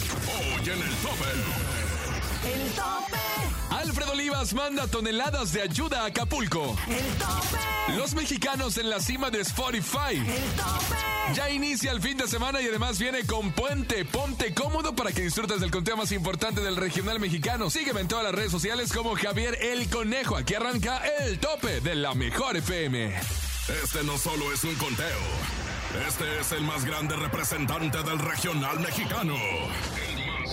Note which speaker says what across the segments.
Speaker 1: Hoy en el tope.
Speaker 2: El tope.
Speaker 3: Alfredo Olivas manda toneladas de ayuda a Acapulco.
Speaker 2: El tope.
Speaker 3: Los mexicanos en la cima de Spotify.
Speaker 2: El tope.
Speaker 3: Ya inicia el fin de semana y además viene con Puente. Ponte cómodo para que disfrutes del conteo más importante del regional mexicano. Sígueme en todas las redes sociales como Javier el Conejo. Aquí arranca el tope de la mejor FM.
Speaker 1: Este no solo es un conteo. Este es el más grande representante del regional mexicano. El más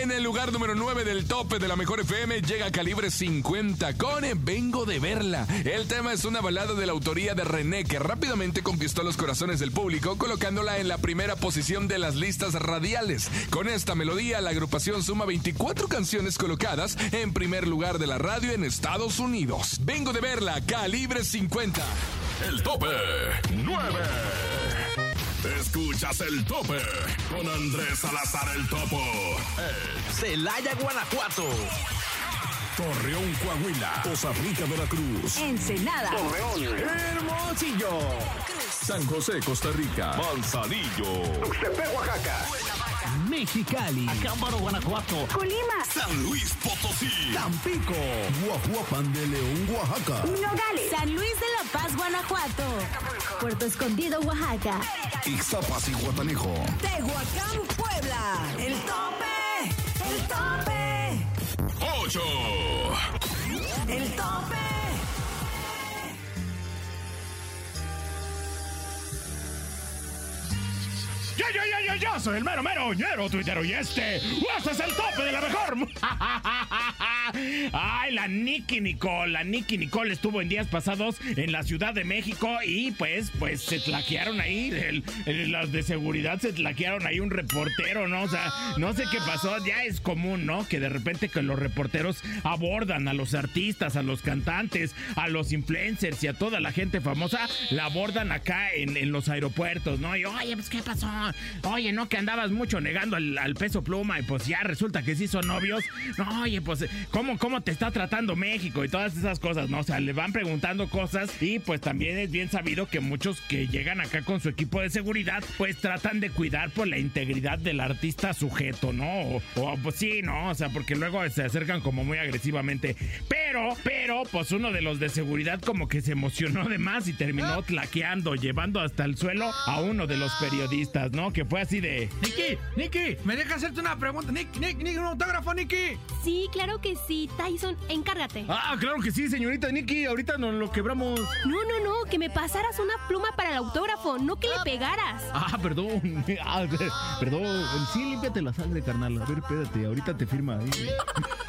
Speaker 3: En el lugar número 9 del tope de la mejor FM llega a calibre 50 con Vengo de verla. El tema es una balada de la autoría de René que rápidamente conquistó los corazones del público colocándola en la primera posición de las listas radiales. Con esta melodía la agrupación suma 24 canciones colocadas en primer lugar de la radio en Estados Unidos. Vengo de verla, calibre 50.
Speaker 1: El tope 9. Escuchas el tope con Andrés Salazar el Topo.
Speaker 4: Celaya, Guanajuato.
Speaker 1: Torreón, Coahuila. Costa Rica, Veracruz.
Speaker 2: Ensenada.
Speaker 5: Torreón.
Speaker 4: Hermosillo.
Speaker 5: Cruz.
Speaker 1: San José, Costa Rica. Manzanillo.
Speaker 5: Tuxtepec, Oaxaca.
Speaker 4: Mexicali.
Speaker 6: Acámbaro, Guanajuato.
Speaker 2: Colima.
Speaker 1: San Luis Potosí.
Speaker 4: Tampico.
Speaker 7: Guajuapan de León, Oaxaca.
Speaker 2: Nogales.
Speaker 8: San Luis de la Paz, Guanajuato. Acapulco. Puerto Escondido, Oaxaca.
Speaker 7: Ixtapas y Guatanejo.
Speaker 2: Tehuacán, Puebla. El tope. El tope.
Speaker 1: 8.
Speaker 2: El tope.
Speaker 9: Yo, yo, yo, yo, yo soy el mero, mero oñero, tuitero y este. ¡Este es el tope de la mejor! Ay, la Nicky Nicole. La Nicky Nicole estuvo en días pasados en la Ciudad de México y pues, pues se tlaquearon ahí. El, el, las de seguridad se tlaquearon ahí un reportero, ¿no? O sea, no sé qué pasó. Ya es común, ¿no? Que de repente que los reporteros abordan a los artistas, a los cantantes, a los influencers y a toda la gente famosa, la abordan acá en, en los aeropuertos, ¿no? Y oye, pues qué pasó. Oye, no, que andabas mucho negando al, al, peso pluma y pues ya resulta que sí son novios. No, oye, pues, ¿cómo, ¿cómo te está tratando México? Y todas esas cosas, ¿no? O sea, le van preguntando cosas y pues también es bien sabido que muchos que llegan acá con su equipo de seguridad, pues tratan de cuidar por la integridad del artista sujeto, ¿no? O, o pues sí, ¿no? O sea, porque luego se acercan como muy agresivamente. Pero, pero, pues uno de los de seguridad como que se emocionó de más y terminó tlaqueando, llevando hasta el suelo a uno de los periodistas, ¿no? ¿no? Que fue así de.
Speaker 10: Nicky, Nicky, me deja hacerte una pregunta. Nicky, Nicky, Nicky, un autógrafo, Nicky.
Speaker 8: Sí, claro que sí, Tyson, encárgate.
Speaker 10: Ah, claro que sí, señorita Nicky, ahorita nos lo quebramos.
Speaker 8: No, no, no, que me pasaras una pluma para el autógrafo, no que le pegaras.
Speaker 10: Ah, perdón. Ah, perdón. Sí, límpiate la sangre, carnal. A ver, espérate, ahorita te firma ahí.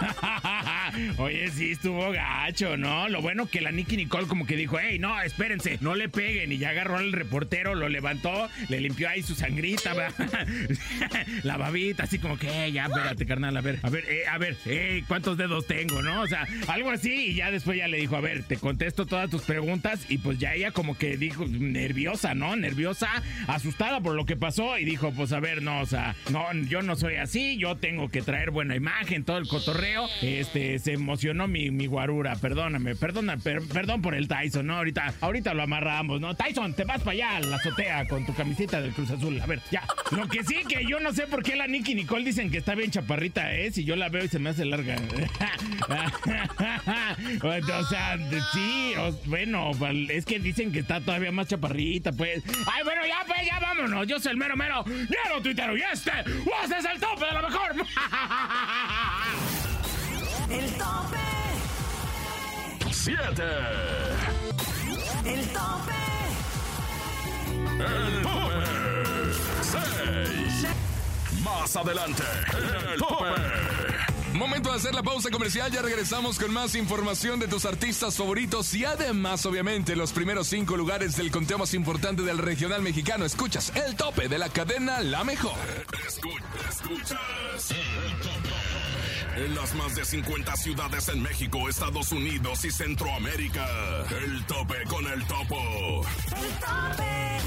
Speaker 9: Oye, sí, estuvo gacho, ¿no? Lo bueno que la Nicky Nicole como que dijo, hey, no, espérense, no le peguen. Y ya agarró al reportero, lo levantó, le limpió ahí su sangrita, la babita, así como que, hey, ya, espérate, carnal, a ver, a ver, eh, a ver, hey, ¿cuántos dedos tengo, no? O sea, algo así. Y ya después ya le dijo, a ver, te contesto todas tus preguntas. Y pues ya ella como que dijo, nerviosa, ¿no? Nerviosa, asustada por lo que pasó. Y dijo, pues a ver, no, o sea, no, yo no soy así, yo tengo que traer buena imagen, todo el cotorreo. Este, se emocionó mi, mi guarura. Perdóname, perdona, per, perdón por el Tyson, ¿no? Ahorita, ahorita lo amarramos, ¿no? Tyson, te vas para allá a la azotea con tu camiseta del Cruz Azul. A ver, ya. Lo que sí que yo no sé por qué la Nicky Nicole dicen que está bien chaparrita, ¿eh? Si yo la veo y se me hace larga. o sea, sí, bueno, es que dicen que está todavía más chaparrita, pues. Ay, bueno, ya, pues, ya vámonos. Yo soy el mero mero, mero tuitero y este, ¡Vos es el tope de lo mejor!
Speaker 2: ¡El tope!
Speaker 1: 7.
Speaker 2: El tope.
Speaker 1: El tope. 6. Más adelante. El tope.
Speaker 3: Momento de hacer la pausa comercial, ya regresamos con más información de tus artistas favoritos y además, obviamente, los primeros cinco lugares del conteo más importante del regional mexicano. Escuchas el tope de la cadena La Mejor.
Speaker 1: Escu- escuchas el tope. En las más de 50 ciudades en México, Estados Unidos y Centroamérica. El tope con el topo.
Speaker 2: El tope.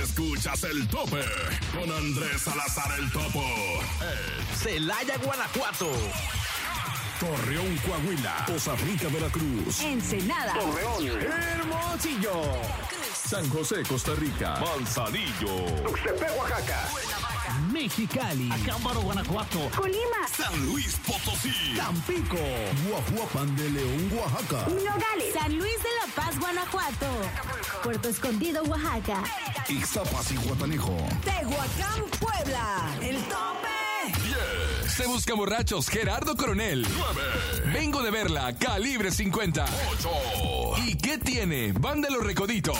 Speaker 1: Escuchas el tope con Andrés Salazar el topo.
Speaker 4: Celaya, Guanajuato.
Speaker 1: Torreón Coahuila. Costa Rica Veracruz.
Speaker 2: Ensenada.
Speaker 4: Hermosillo.
Speaker 1: San José Costa Rica. Manzanillo.
Speaker 4: Mexicali. Acámbaro, Guanajuato.
Speaker 2: Colima.
Speaker 1: San Luis Potosí.
Speaker 4: Tampico.
Speaker 7: Guajuapan de León, Oaxaca.
Speaker 2: Nogales. San Luis de la Paz, Guanajuato. Puerto Escondido, Oaxaca.
Speaker 7: Ixtapas y Guatanejo.
Speaker 2: Tehuacán, Puebla. El tope.
Speaker 3: Se busca borrachos, Gerardo Coronel. Vengo de verla, calibre 50.
Speaker 1: 8.
Speaker 3: ¿Y qué tiene? Banda Los Recoditos.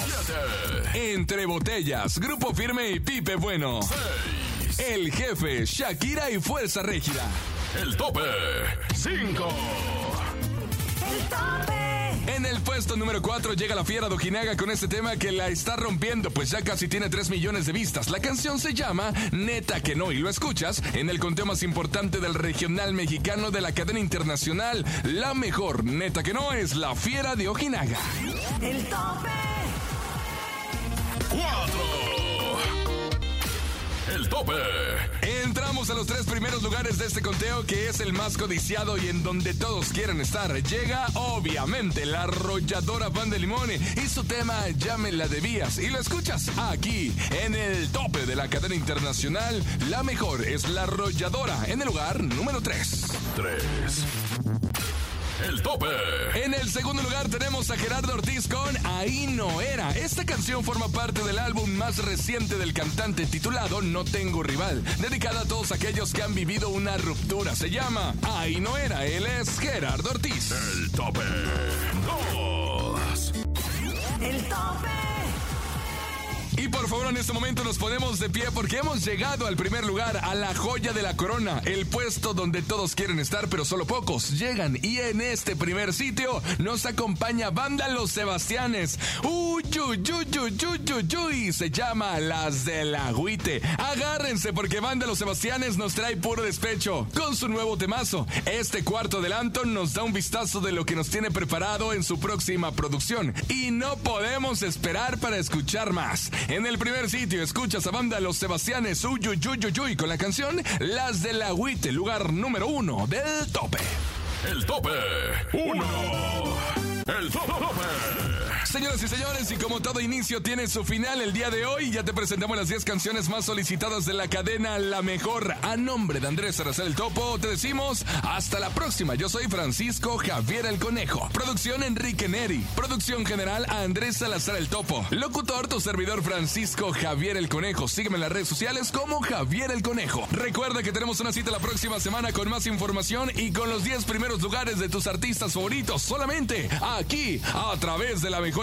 Speaker 3: Entre Botellas, Grupo Firme y Pipe Bueno. El jefe, Shakira y Fuerza Régida.
Speaker 1: El tope. 5.
Speaker 2: El tope.
Speaker 3: En el puesto número 4 llega la fiera Dojinaga con este tema que la está rompiendo, pues ya casi tiene 3 millones de vistas. La canción se llama Neta que no y lo escuchas en el conteo más importante del regional mexicano de la cadena internacional. La mejor Neta que no es la fiera de Ojinaga.
Speaker 2: El tope.
Speaker 1: cuatro. El tope.
Speaker 3: Entramos a los tres primeros lugares de este conteo que es el más codiciado y en donde todos quieren estar. Llega obviamente la arrolladora Pan de Limone y su tema Ya me la debías y lo escuchas aquí en el tope de la cadena internacional. La mejor es la arrolladora en el lugar número 3.
Speaker 1: Tres. El tope.
Speaker 3: En el segundo lugar tenemos a Gerardo Ortiz con Ahí no era. Esta canción forma parte del álbum más reciente del cantante titulado No tengo rival, dedicada a todos aquellos que han vivido una ruptura. Se llama Ahí no era. Él es Gerardo Ortiz.
Speaker 1: El tope. Dos.
Speaker 2: El tope.
Speaker 3: Y por favor, en este momento nos ponemos de pie porque hemos llegado al primer lugar, a la joya de la corona, el puesto donde todos quieren estar, pero solo pocos llegan. Y en este primer sitio nos acompaña Banda Los Sebastianes. Uy, uy, uy, uy, uy, uy, uy, se llama Las del Agüite. Agárrense porque Banda Los Sebastianes nos trae puro despecho con su nuevo temazo. Este cuarto adelanto nos da un vistazo de lo que nos tiene preparado en su próxima producción. Y no podemos esperar para escuchar más. En el primer sitio escuchas a banda Los Sebastianes Uyuyuyuyuy con la canción Las del Agüite, lugar número uno del tope.
Speaker 1: El tope. Uno. El to- tope.
Speaker 3: Señoras y señores, y como todo inicio tiene su final el día de hoy, ya te presentamos las 10 canciones más solicitadas de la cadena La Mejor. A nombre de Andrés Aracel El Topo, te decimos hasta la próxima. Yo soy Francisco Javier El Conejo. Producción Enrique Neri. Producción general Andrés Salazar El Topo. Locutor, tu servidor Francisco Javier El Conejo. Sígueme en las redes sociales como Javier El Conejo. Recuerda que tenemos una cita la próxima semana con más información y con los 10 primeros lugares de tus artistas favoritos solamente aquí a través de la Mejor